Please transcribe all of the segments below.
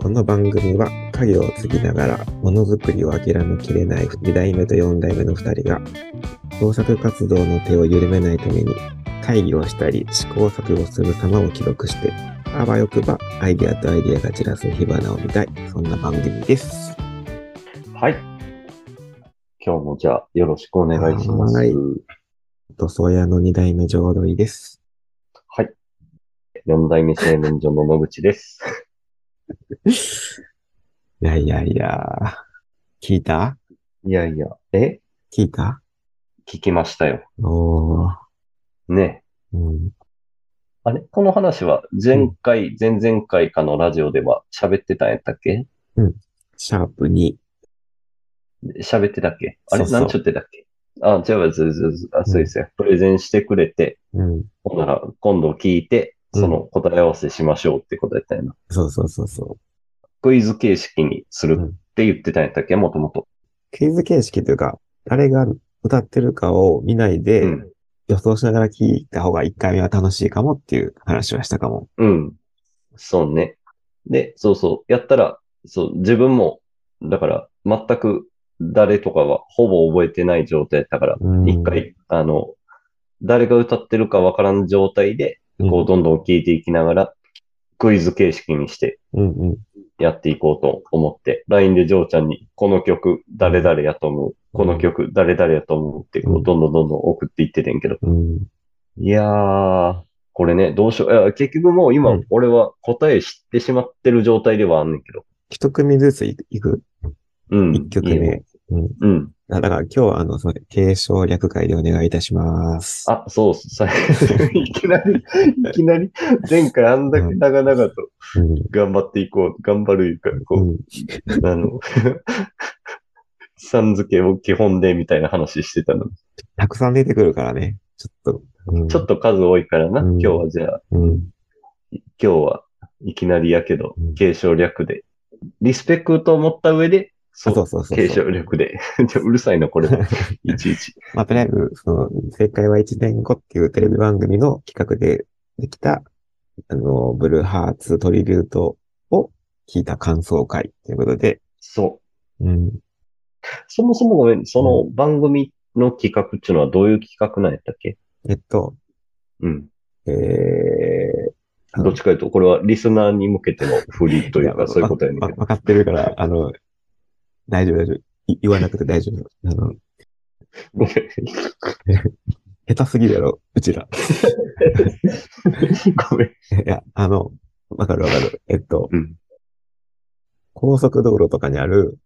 この番組は家業を継ぎながらものづくりを諦めきれない2代目と4代目の2人が創作活動の手を緩めないために会議をしたり試行錯誤する様を記録してあわよくばアイデアとアイデアが散らす火花を見たいそんな番組です。はい。今日もじゃあよろしくお願いします。はい塗装屋の2代目浄土井です。四代目製麺所の野口です。いやいやいや、聞いたいやいや、え聞いた聞きましたよ。おー、ね。うん、あれこの話は前回、前々回かのラジオでは喋ってたんやったっけシャープ2。喋ってたっけあれそうそうなんちゅってたっけあ、じゃあ、ずずず、あ、そうですよ。プレゼンしてくれて、うん、ほんなら今度聞いて、その答え合わせしましょうってことやったんやな。そうそうそうそう。クイズ形式にするって言ってたんやったっけもともと。クイズ形式というか、誰が歌ってるかを見ないで、うん。予想しながら聞いた方が1回目は楽しいかもっていう話はしたかも。うん。そうね。で、そうそう。やったら、そう、自分も、だから、全く誰とかはほぼ覚えてない状態だから、うん一回、あの、誰が歌ってるかわからん状態で、うんこう、どんどん聞いていきながら、クイズ形式にしてうんうん。やっていこうと思って、LINE でジョーちゃんに、この曲、誰々やと思う。この曲、誰々やと思うって、こうう、んどんどんどんどん送っていっててんけど、うん。いやー、これね、どうしよう。いや結局もうう今ん、俺は答え知ってしまってる状態ではあんねんけど。一組ずついく、うん。一曲いいよ目。うん。うん。あだから今日はあの、すみません、継承略会でお願いいたします。あ、そうそう。さ いきなり、いきなり、前回あんだけ長々とうん。頑張っていこう。頑張るいうか、うこん。う、あの、さん付けを基本でみたいな話してたの。たくさん出てくるからね。ちょっと。うん、ちょっと数多いからな。うん今日はじゃあ、うん。今日はいきなりやけどうん、継承略で。リスペクトを持った上で、そあうそうそうそう継そう。承力で。 じゃあうるさいな、こ れ。いちいち。まあ、とりあえず、その、正解は1年後っていうテレビ番組の企画でできた、あの、ブルーハーツトリビュートを聞いた感想会ということで、そうん。う。そもそもごめん、その番組の企画っていうのはどういう企画なんやったっけえっと、うん。えー、どっちかというと、これはリスナーに向けてのフリーといういやか、そういうことやねんわけど。わかってるから、あの、大丈夫大丈夫。い言わなくて大丈夫。あの、ごめん。下手すぎるやろ、うちら。 ごめん。いや、あの、わかるわかる。えっと、うん。高速道路とかにある、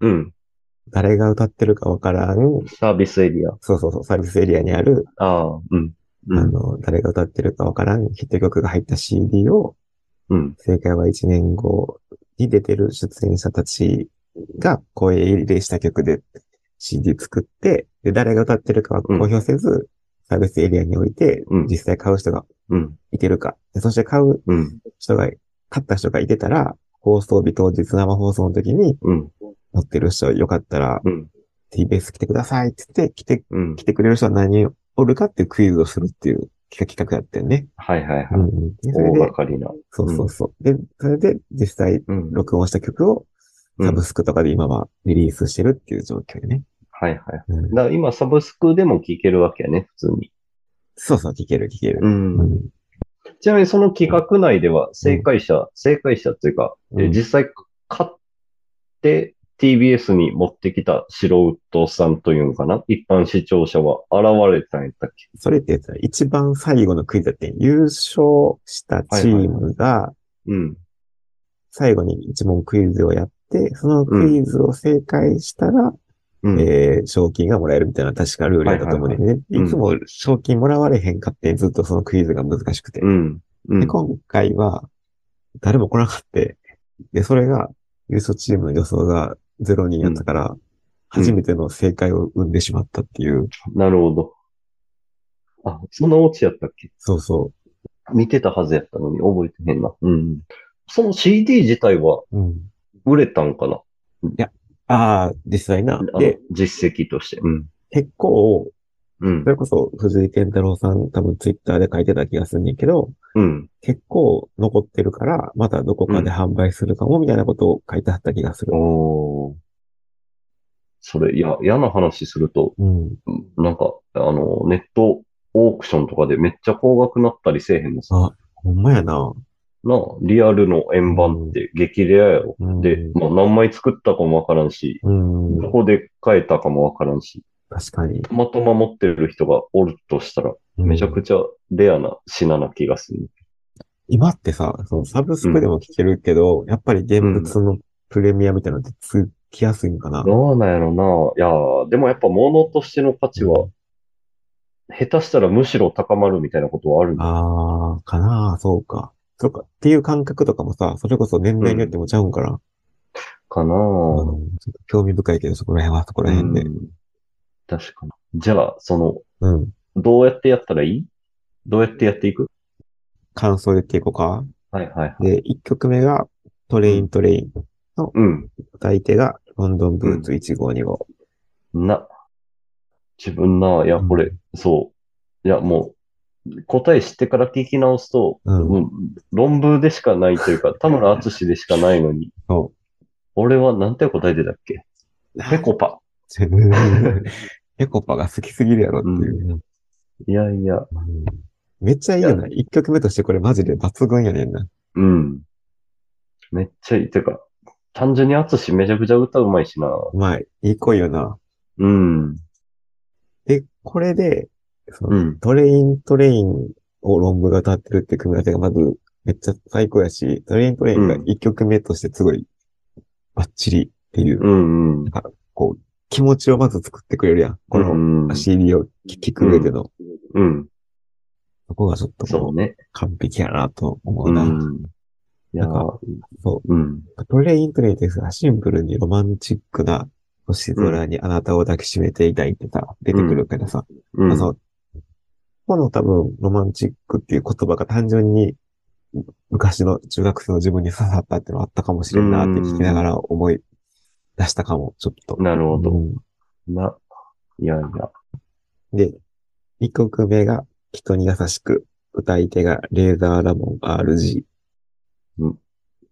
うん。誰が歌ってるかわからん、サービスエリア。そうそうそう、サービスエリアにある、ああ、うん。うあん。の、誰が歌ってるかわからんヒット曲が入った CD を、うん。正解は1年後に出てる出演者たちが声入れした曲で CD 作って、で、誰が歌ってるかは公表せず、サービスエリアに置いて、うん実際買う人がうん。いてるか、でそして買ううん。人が、買った人がいてたら、放送日当日生放送の時にうん。乗ってる人よかったらうん。 TBS 来てくださいって言って、来て、うん来。てくれる人は何人おるかっていうクイズをするっていう企画企画やってんね。はいはいはい。うんうんでそれ大で掛かりな。そうそうそう。で、それで実際うん。録音した曲をうんサブスクとかで今はリリースしてるっていう状況でね。はいはい。だかうんら今、サブスクでも聴けるわけやね、普通に。そうそう、聴ける聴ける。んうんちなみにその企画内では正解者、正解者というか、えうん実際買って TBS に持ってきた素人さんというのかな一般視聴者は現れたんやったっけそれってさ、一番最後のクイズだって、優勝したチームがうん。最後に一問クイズをやって、そのクイズを正解したら、うん。えー賞金がもらえるみたいな確かルールだったと思うんだよね。いはいいつも賞金もらわれへんかって、ずっとそのクイズが難しくて。うん。うで、ん。今回は、誰も来なかった。で、それが、優勝チームの予想が0人やったから、初めての正解を生んでしまったっていう。なるほど。あ、そんなオチやったっけそうそ見てたはずやったのに覚えてへんな。うん。その CD 自体はう。うん、売れたんかなああ、実際な。あので、、実績として。うん。結構、うんそ。れこそ藤井健太郎さん多分ツイッターで書いてた気がするんだけど、うん。結構残ってるから、またどこかで販売するかもみたいなことを書いてあった気がする。おーそれ、いや、嫌な話すると、うん。なんか、あの、ネットオークションとかでめっちゃ高額なったりせえへんのさ。あ、ほんまやな。なあ、リアルの円盤って激レアやろ。うん、で、まあ、何枚作ったかもわからんし、うんど。こで買えたかもわからんし、確かに。たまたま持ってる人がおるとしたら、めちゃくちゃ。ちゃレアな品な気がする。今ってさ、そのサブスクでも聞けるけど、やっぱり現物のプレミアみたいなのってつきやすいんかな。どうなんやろな。いやーでもやっぱ物としての価値は、下手したらむしろ高まるみたいなことはあるんだ。あー、かなそうか。そうか。っていう感覚とかもさ、それこそ年代によってもちゃうんから、あかなのぁ。ちょっと興味深いけど、そこら辺はそこら辺でう。ん確かに。じゃあ、その、うん。どうやってやったらいいどうやってやっていく感想言っていこうか。はいはいはい。で、1曲目がトレイントレイン。うん。歌い手がロンドンブーツ1号2号。 な。自分な、いや、これ、そう。いや、もう、答え知ってから聞き直すと、うんもう論文でしかないという か、田村淳でしかないのに、そ俺はなんて答えてたっけペコパ。う。ペコパが好きすぎるやろっていう。いやいや、うんめっちゃいいよな。1曲目としてこれマジで抜群やねんな。うん。めっちゃいい。てか、単純に淳めちゃくちゃ歌うまいしな。うまい。いい声よな。うん。で、これで、そのうん。トレイントレインを論文が歌ってるって組み合わせがまずめっちゃ最高やし、トレイントレインがうん1曲目としてすごいバッチリっていう、うんうん。こう、気持ちをまず作ってくれるやん。こうのん CD を聴く上での。うん。そこがちょっとそこううね。完璧やなと思ううな。ん。いやなんかそうん。う。トレイントレインってさ、シンプルにロマンチックな星空にあなたを抱きしめていたいってさ、出てくるからさ、うまあん。そう。この多分、ロマンチックっていう言葉が単純に、昔の中学生の自分に刺さったっていうのはあったかもしれんなって聞きながら思い出したかも、ちょっと。なるほど。うんな。いやいや。で、一曲目が、人に優しく、歌い手がレーザーラモン RG。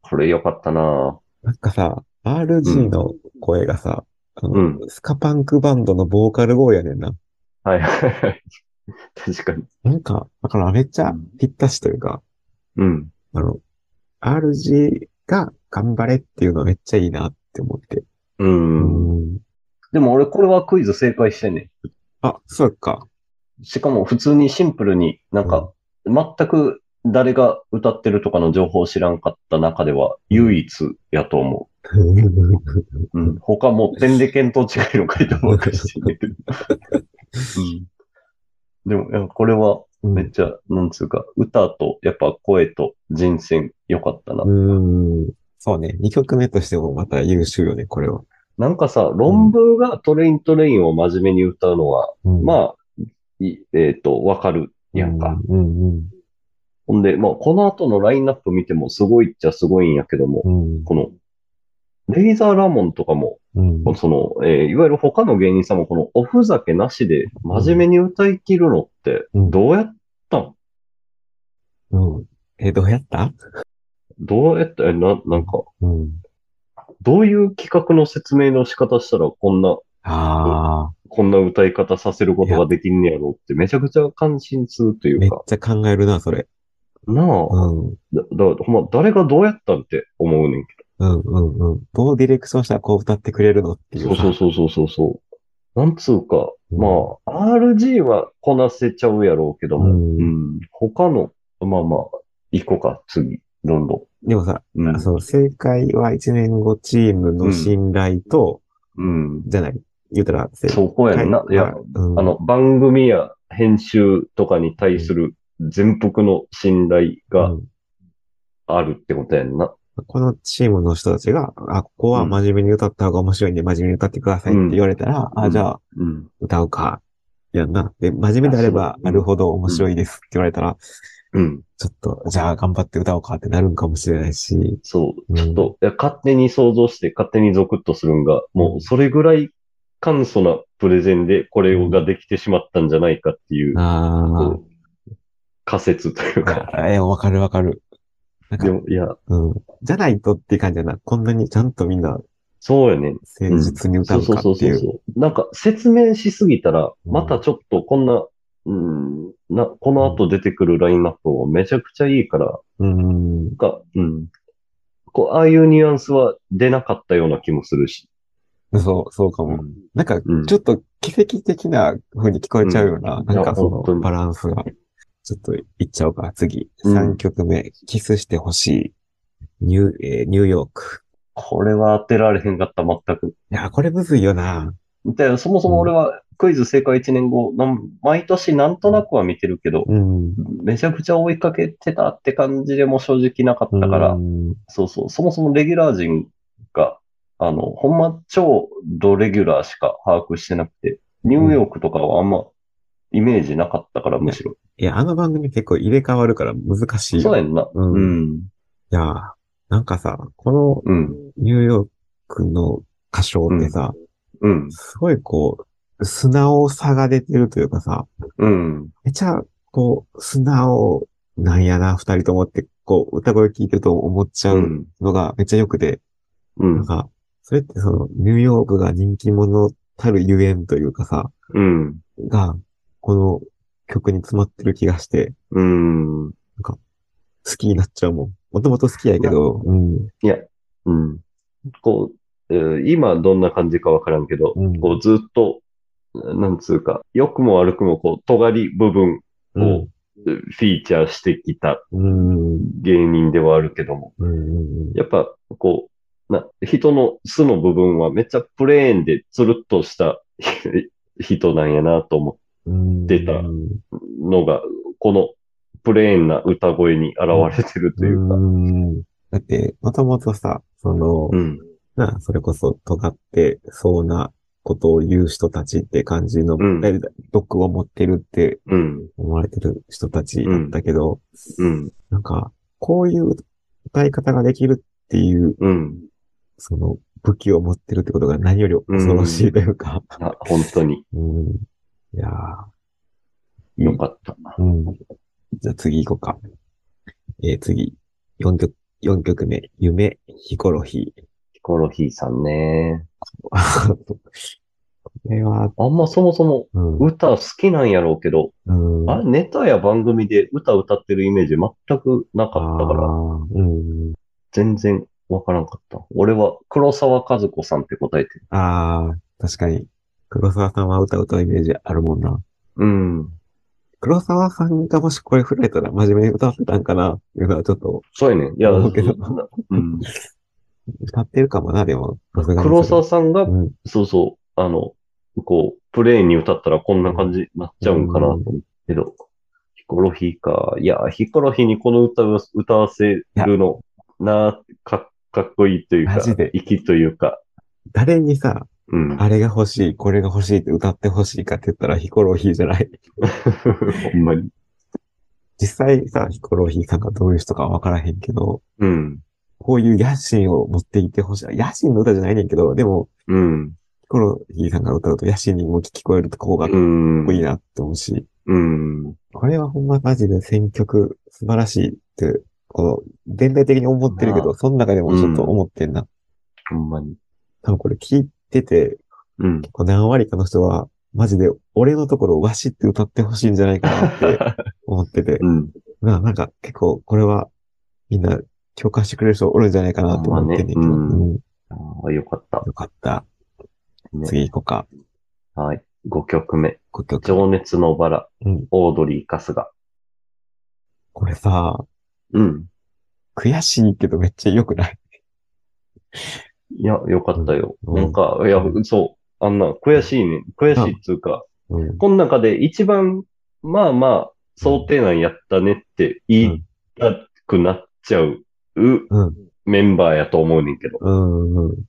これ良かったななんかさ、RG の声がさ、あのうんスカパンクバンドのボーカル声やねんな。はいはいはい。 確かに。なんか、だからめっちゃぴったしというか、うん。あの、RG が頑張れっていうのめっちゃいいなって思って。うん。うんでも俺これはクイズ正解してんねあ、そうか。ん。しかも普通にシンプルになんか全く誰が歌ってるとかの情報を知らんかった中では唯一やと思う。うん。他もう点で見当違いの回答ばっかりしてねうん。でもいやこれはうんめっちゃ、なんつうか、歌とやっぱ声と人選良かったな。うん。そうね。2曲目としてもまた優秀よね、これは。なんかさ、論文がトレイントレインを真面目に歌うのは、あ、まあ、いえっ、と、わかるやんか。。うんうんほんで、まあ、この後のラインナップ見てもすごいっちゃすごいんやけども、うん。この、レイザーラモンとかも、うん。その、えーいわゆる他の芸人さんもこのおふざけなしで真面目に歌い切るのって、うんどうやったんうんえ、どうやったどうやったえな、なんか、うん。どういう企画の説明の仕方したらこんな、ああ、こんな歌い方させることができんねやろうってめちゃくちゃ感心するといめうっか、ちゃ考えるな、それ。なあ、うん。だ、だ、ほんま、誰がどうやったんって思うねんけうんうんうん。どうディレクションしたらこう歌ってくれるのっていうど。か。そうそうそうそうそう。なんつうか、うんまあ、RG はこなせちゃうやろうけどうも、んうん、他の、まあまあ、行こうか、次、どんどでもさ、ん。うん。その正解は1年後チームの信頼と、うん。じゃない。言うたら、正そこやんな。いや、うんあの、番組や編集とかに対する全幅の信頼うがんあるってことやんな。このチームの人たちが、あ、ここは真面目に歌った方が面白いんで、真面目に歌ってくださいって言われたら、うんあ、じゃあ、うん。歌うか。やんな。で、真面目であればあそうあるほど面白いですって言われたら、うん。ちょっと、じゃあ頑張って歌おうかってなるんかもしれないし、そう。うんちょっと、いや勝手に想像して勝手にゾクッとするんが、もうそれぐらい簡素なプレゼンでこれができてしまったんじゃないかっていう、あこう仮説というか、あ。え、わかるわかる。なんかで、もいや、うん。じゃないとっていう感じだな。こんなにちゃんとみんなそうよね。誠実に歌うそうかそうってそいうう。そう。なんか説明しすぎたら、うんまたちょっとこんな、うん、な、この後出てくるラインナップはめちゃくちゃいいから、うん。なんか、うん。こう、ああいうニュアンスは出なかったような気もするし。そう、そうかも。なんかうん、ちょっと奇跡的な風に聞こえちゃうような、うんなんかそいや本当のにバランスが。ちょっといっちゃおうか。次。うん3曲目。キスしてほしい。ニュー、えーニューヨーク。これは当てられへんかった、全く。いや、これむずいよな。で、そもそも俺はクイズ正解1年後、なん毎年なんとなくは見てるけど、うん。めちゃくちゃ追いかけてたって感じでも正直なかったから、うんそうそう、そもそもレギュラー陣が、あの、ほんま超ドレギュラーしか把握してなくて、ニューヨークとかはあんまイメージなかったから、むしろ。いや、あの番組結構入れ替わるから難しいよ。そうやんな。うんうん。いやー、なんかさ、こうのん。ニューヨークの歌唱ってさ、うん。すごいこう、素直さが出てるというかさ、うん。めちゃこう、素直なんやな、二人と思って、こう、歌声聞いてると思っちゃう。うんのがめっちゃ良くて、うんなんか、それってその、ニューヨークが人気者たるゆえんというかさ、うん。が、この曲に詰まってる気がして、うん。好きになっちゃうもん。もともと好きやけど、うん。いや、うん。こう、えー今どんな感じかわからんけど、うんこうずっと、なんつうか、良くも悪くも、こう、尖り部分をフィーチャーしてきたうん。うん。芸人ではあるけども、うんうんやっぱ、こう、な、人の素の部分はめっちゃプレーンでつるっとした 人なんやなと思うん。出たうのが、このプレーンな歌声に現れてるというか、うんだって、もともとさ、その、うん、なあ、それこそ尖ってそうなことを言う人たちって感じの、うんえ毒を持ってるってうん、思われてる人たちだったけど、うん、なんか、こういう歌い方ができるっていう、うん。その、武器を持ってるってことが何より恐ろしいというか。あ本当にうん。いやー良かった。うん。じゃあ次行こうか。えー次。4曲、四曲目。夢、ヒコロヒー。 ヒコロヒーさんね。これは、あんまそもそもうん。歌好きなんやろうけど、うん。あれネタや番組で歌歌ってるイメージ全くなかったから、あーうん。全然わからんかった。俺は黒沢和子さんって答えてる。ああ、確かに。黒沢さんは歌う歌うイメージあるもんな。うん。黒沢さんがもしこれ振られたら真面目に歌ってたんかなっていうのはちょっと、そうやねん。いや、思うけどうん、歌ってるかもな、でも。さすがにそれ黒沢さんが、うん。そうそう、あの、こう、プレイに歌ったらこんな感じになっちゃうんかなと思うけど、ヒコロヒーか。いや、ヒコロヒーにこの歌を歌わせるの、な、かかっこいいというかマジで、息というか、誰にさ、うん。あれが欲しい、これが欲しいって歌って欲しいかって言ったらヒコロヒーじゃない。ほんまに。実際さ、ヒコロヒーさんがどういう人かわからへんけど、うん。こういう野心を持っていてほしい。野心の歌じゃないねんけど、でも、うん。ヒコロヒーさんが歌うと野心にも聞こえるとこがかっうん。こいいなって思うし、うん。これはほんまマジで選曲素晴らしいって、こう、全体的に思ってるけど、まその中でもちょっと思ってんな。ほんまに。多分これ聞いてて、うん。こう何割かの人は、マジで俺のところをわしって歌ってほしいんじゃないかなって思ってて。うん。まあなんか結構これはみんな共感してくれる人おるんじゃないかなと思ってんねんけど、まあねうんうんああ、よかった。よかった。ね次行こうか。はい。5曲目。 5曲。情熱のバラ。うんオードリー・春日。これさ、うん。悔しいけどめっちゃ良くないいや、よかったよ。うんなんか、いや、そう。あんな、悔しいね。悔しいっつうか、うん。この中で一番、まあまあ、想定内やったねって言いたくなっちゃう、うんメンバーやと思うねんけど。うん。うん。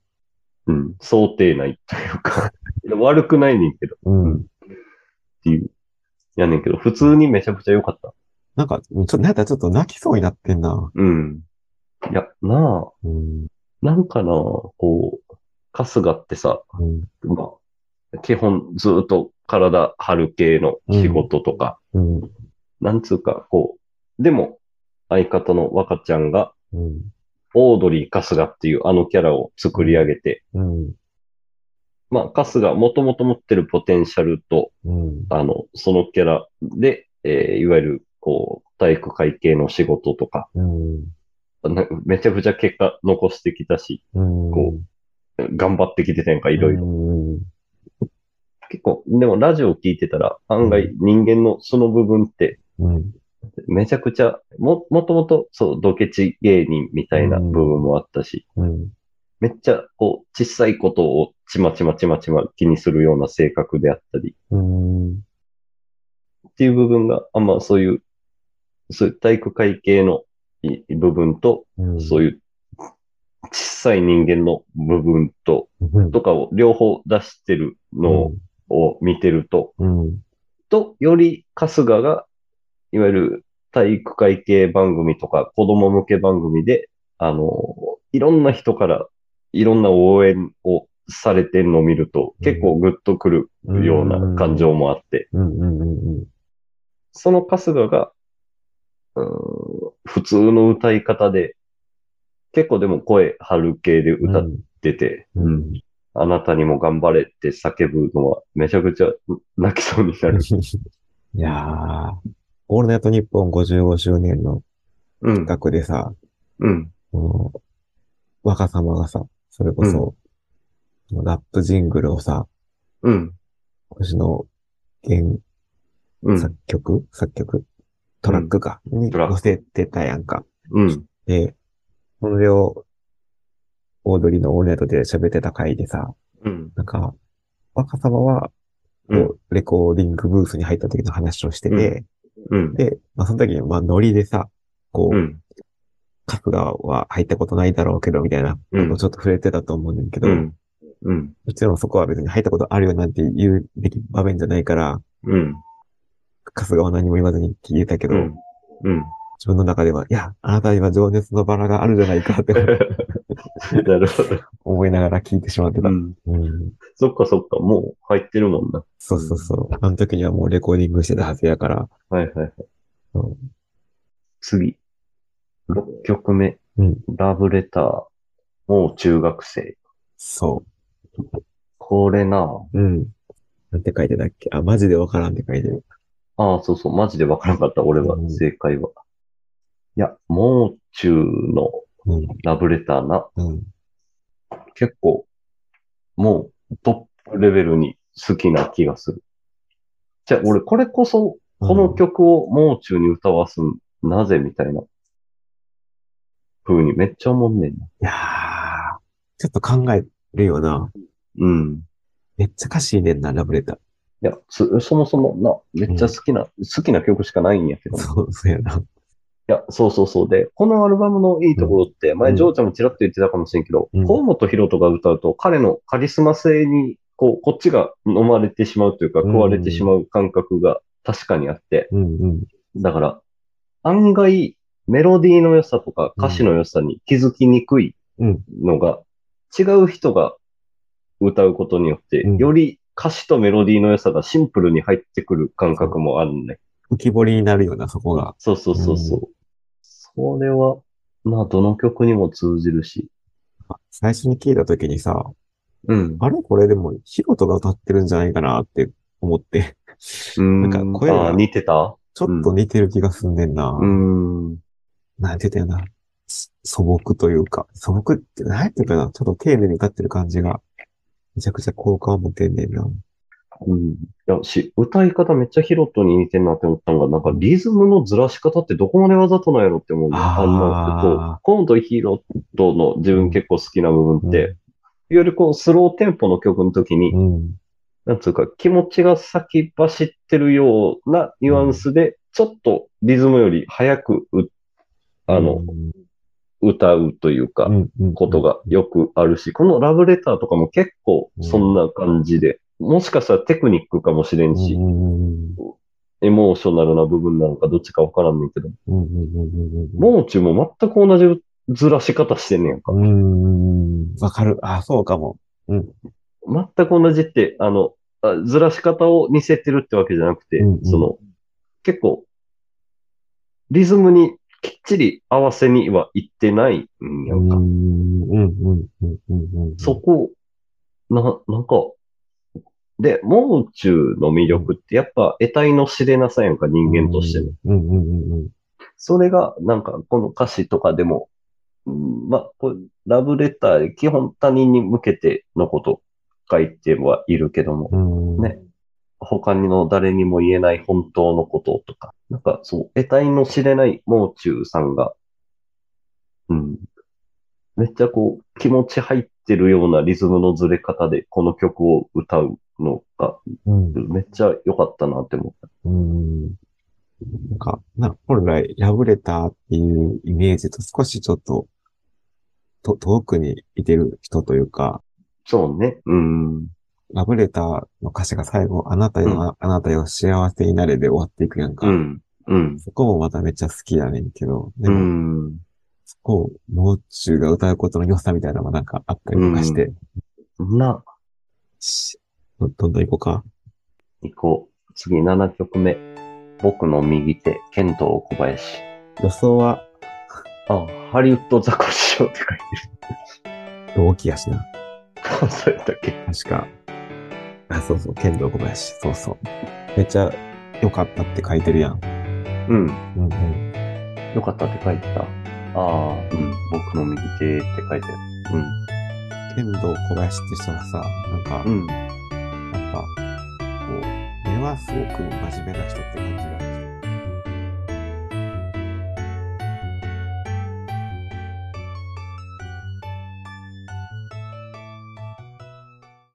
うん。想定内というか、 いや悪くないねんけど。うん。っていう。やねんけど、普通にめちゃくちゃ良かった。なんか、ちょっと、なんかちょっと泣きそうになってんな。うん。いや、なあ、うん。なんかなあ、こう、春日ってさ、うん。まあ、基本ずっと体張る系の仕事とか、うん。なんつうか、こう、でも、相方の若ちゃんが、うん。オードリー・春日っていうあのキャラを作り上げて、うん。まあ、春日、もともと持ってるポテンシャルと、うん。あの、そのキャラで、えーいわゆる、こう、体育会系の仕事とか、うん。なめちゃくちゃ結果残してきたし、うん。こ頑張ってきてたやんか、いろいろ。ろ。結構、でもラジオ聞いてたら、案外人間のその部分って、うん。めちゃくちゃ、も、もともと、そう、ドケチ芸人みたいな部分もあったし、うん。めっちゃ、こう、小さいことをちまちまちまちま気にするような性格であったり、うん。っていう部分が、あんまそういう、そういう体育会系のい部分と、うん。そういう、小さい人間の部分と、うん。とかを両方出してるのを見てると、うん。と、より春日が、いわゆる体育会系番組とか子供向け番組で、あの、いろんな人からいろんな応援をされてるのを見ると、うん結構グッとくるうん。ような感。情もあって、うん。うん。うん。その春日が、うーん普通の歌い方で、結構でも声張る系で歌ってて、うん。あなたにも頑張れって叫ぶのはめちゃくちゃ泣きそうになる。いやー、オールナイトニッポン55周年のうん。企画でさ、うん。その若様がさ、それこそ、ラップジングルをさ、うん。星野源うん。作曲、作曲トラックか、にトラック載せてたやんか。うん。で、それを、オードリーのオールナイトで喋ってた回でさ、うん。なんか、若様は、こうんうレコーディングブースに入った時の話をしてて、うん。で、まあ、その時に、まあ、ノリでさ、こう、うん。春日は入ったことないだろうけど、みたいな、うんちょっと触れてたと思うねんだけど、うもん。うん。ちろんそこは別に入ったことあるよなんて言うべき場面じゃないから、うん。春日は何も言わずに聞いたけど、うん。うん。自分の中では、いや、あなたには情熱のバラがあるじゃないかって なるほど。思いながら聞いてしまってた。うん。うんそっかそっか、もう入ってるもんな。そうそうそう。あの時にはもうレコーディングしてたはずやから、はいはいはい。うん次。6曲目。うんラブレター。もう中学生。そこれなう。うん。なんて書いてたっけあ、マジでわからんって書いてる。ああ、そうそう、マジでわからなかった、俺はう、ん正解は。いや、もう中のうん。ラブレターな。うん。結構、もうトップレベルに好きな気がする。じゃあ、俺、これこそ、この曲をもう中に歌わすん、なぜみたいな、風にめっちゃ思んねんな。いやー、ちょっと考えるよな。うん。めっちゃ歌詞いいねんな、ラブレタいや、そ、そもそもな、めっちゃ好きな、好きな曲しかないんやけー。ど。いそう、そうやな。や、そうそうそう。で、このアルバムのいいところって、前、ジョーちゃんもちらっと言ってたかもしれんけど、うん河本ロトが歌うと、彼のカリスマ性に、こう、こっちが飲まれてしまうというか、うん食われてしまう感覚が確かにあって、うんうん。だから、案外、メロディーの良さとか歌詞の良さに気づきにくいうんのが、違う人が歌うことによって、うんより歌詞とメロディーの良さがシンプルに入ってくる感覚もあるね。浮き彫りになるような、そこが。そうそうそうそう。それは、まあ、どの曲にも通じるし。最初に聞いた時にさ、うん。あれこれでも、ヒロトが歌ってるんじゃないかなって思って、うん。なんか声があー似てたちょっと似てる気がすんねんな。うん。なんて言ったよな。す素朴というか、素朴って、なんて言うかな。ちょっと丁寧に歌ってる感じが、めちゃくちゃ効果を持てんねんな。うん。いや、し、歌い方めっちゃヒロトに似てんなって思ったのが、なんかリズムのずらし方ってどこまでわざとなんやろって思うね。あーあんな、こう、今度ヒロトの自分結構好きな部分って、よりこう、スローテンポの曲の時に、うん。なんつうか、気持ちが先走ってるようなニュアンスで、ちょっとリズムより早くう、あの、歌うというか、ことがよくあるし、このラブレターとかも結構そんな感じで、もしかしたらテクニックかもしれんし、エモーショナルな部分なのかどっちかわからんねんけど、ももう中も全く同じずらし方してんねやんかう。ん、わかる。あ、そうかも。全く同じって、あの、あずらし方を似せてるってわけじゃなくて、うんうんその、結構、リズムにきっちり合わせにはいってないんやんか。うんうんうんうんうんうん。そこ、な、なんか、で、もう中の魅力ってやっぱ得体の知れなさやんか、人間としての。うんうんうんうん。それが、なんか、この歌詞とかでも、うんまあ、これラブレターで基本他人に向けてのこと書いてはいるけども、うんね他の誰にも言えない本当のこととか、なんかそう、得体の知れないもう中さんが、うん、めっちゃこう、気持ち入ってるようなリズムのずれ方でこの曲を歌うのが、うんめっちゃ良かったなって思った。うんなんか、な本来、破れたっていうイメージと少しちょっと、と、遠くにいてる人というか、そうね、うん、ラブレターの歌詞が最後、あなたよ、うんああなたよ、幸せになれで終わっていくやんか。うん、うん、そこもまためっちゃ好きやねんけど、でうも、ん。そこを、もう中が歌うことの良さみたいなのもなんかあったりとかして、な、しどどんどん行こうか。行こう。次7曲目。僕の右手、剣道小林。予想は、あ、ハリウッドザコシショウって書い同期やしな。てる。 そうやったっけ確か。あ、そうそう、剣道小林。そうそう。めっちゃ良かったって書いてるやん。ううん。んうん。よかったって書いてた。ああ、うん。僕の右手って書いてる。剣道小林って人がさ、なんか、うん。うん。なんか、こう、目はすごく真面目な人って感じが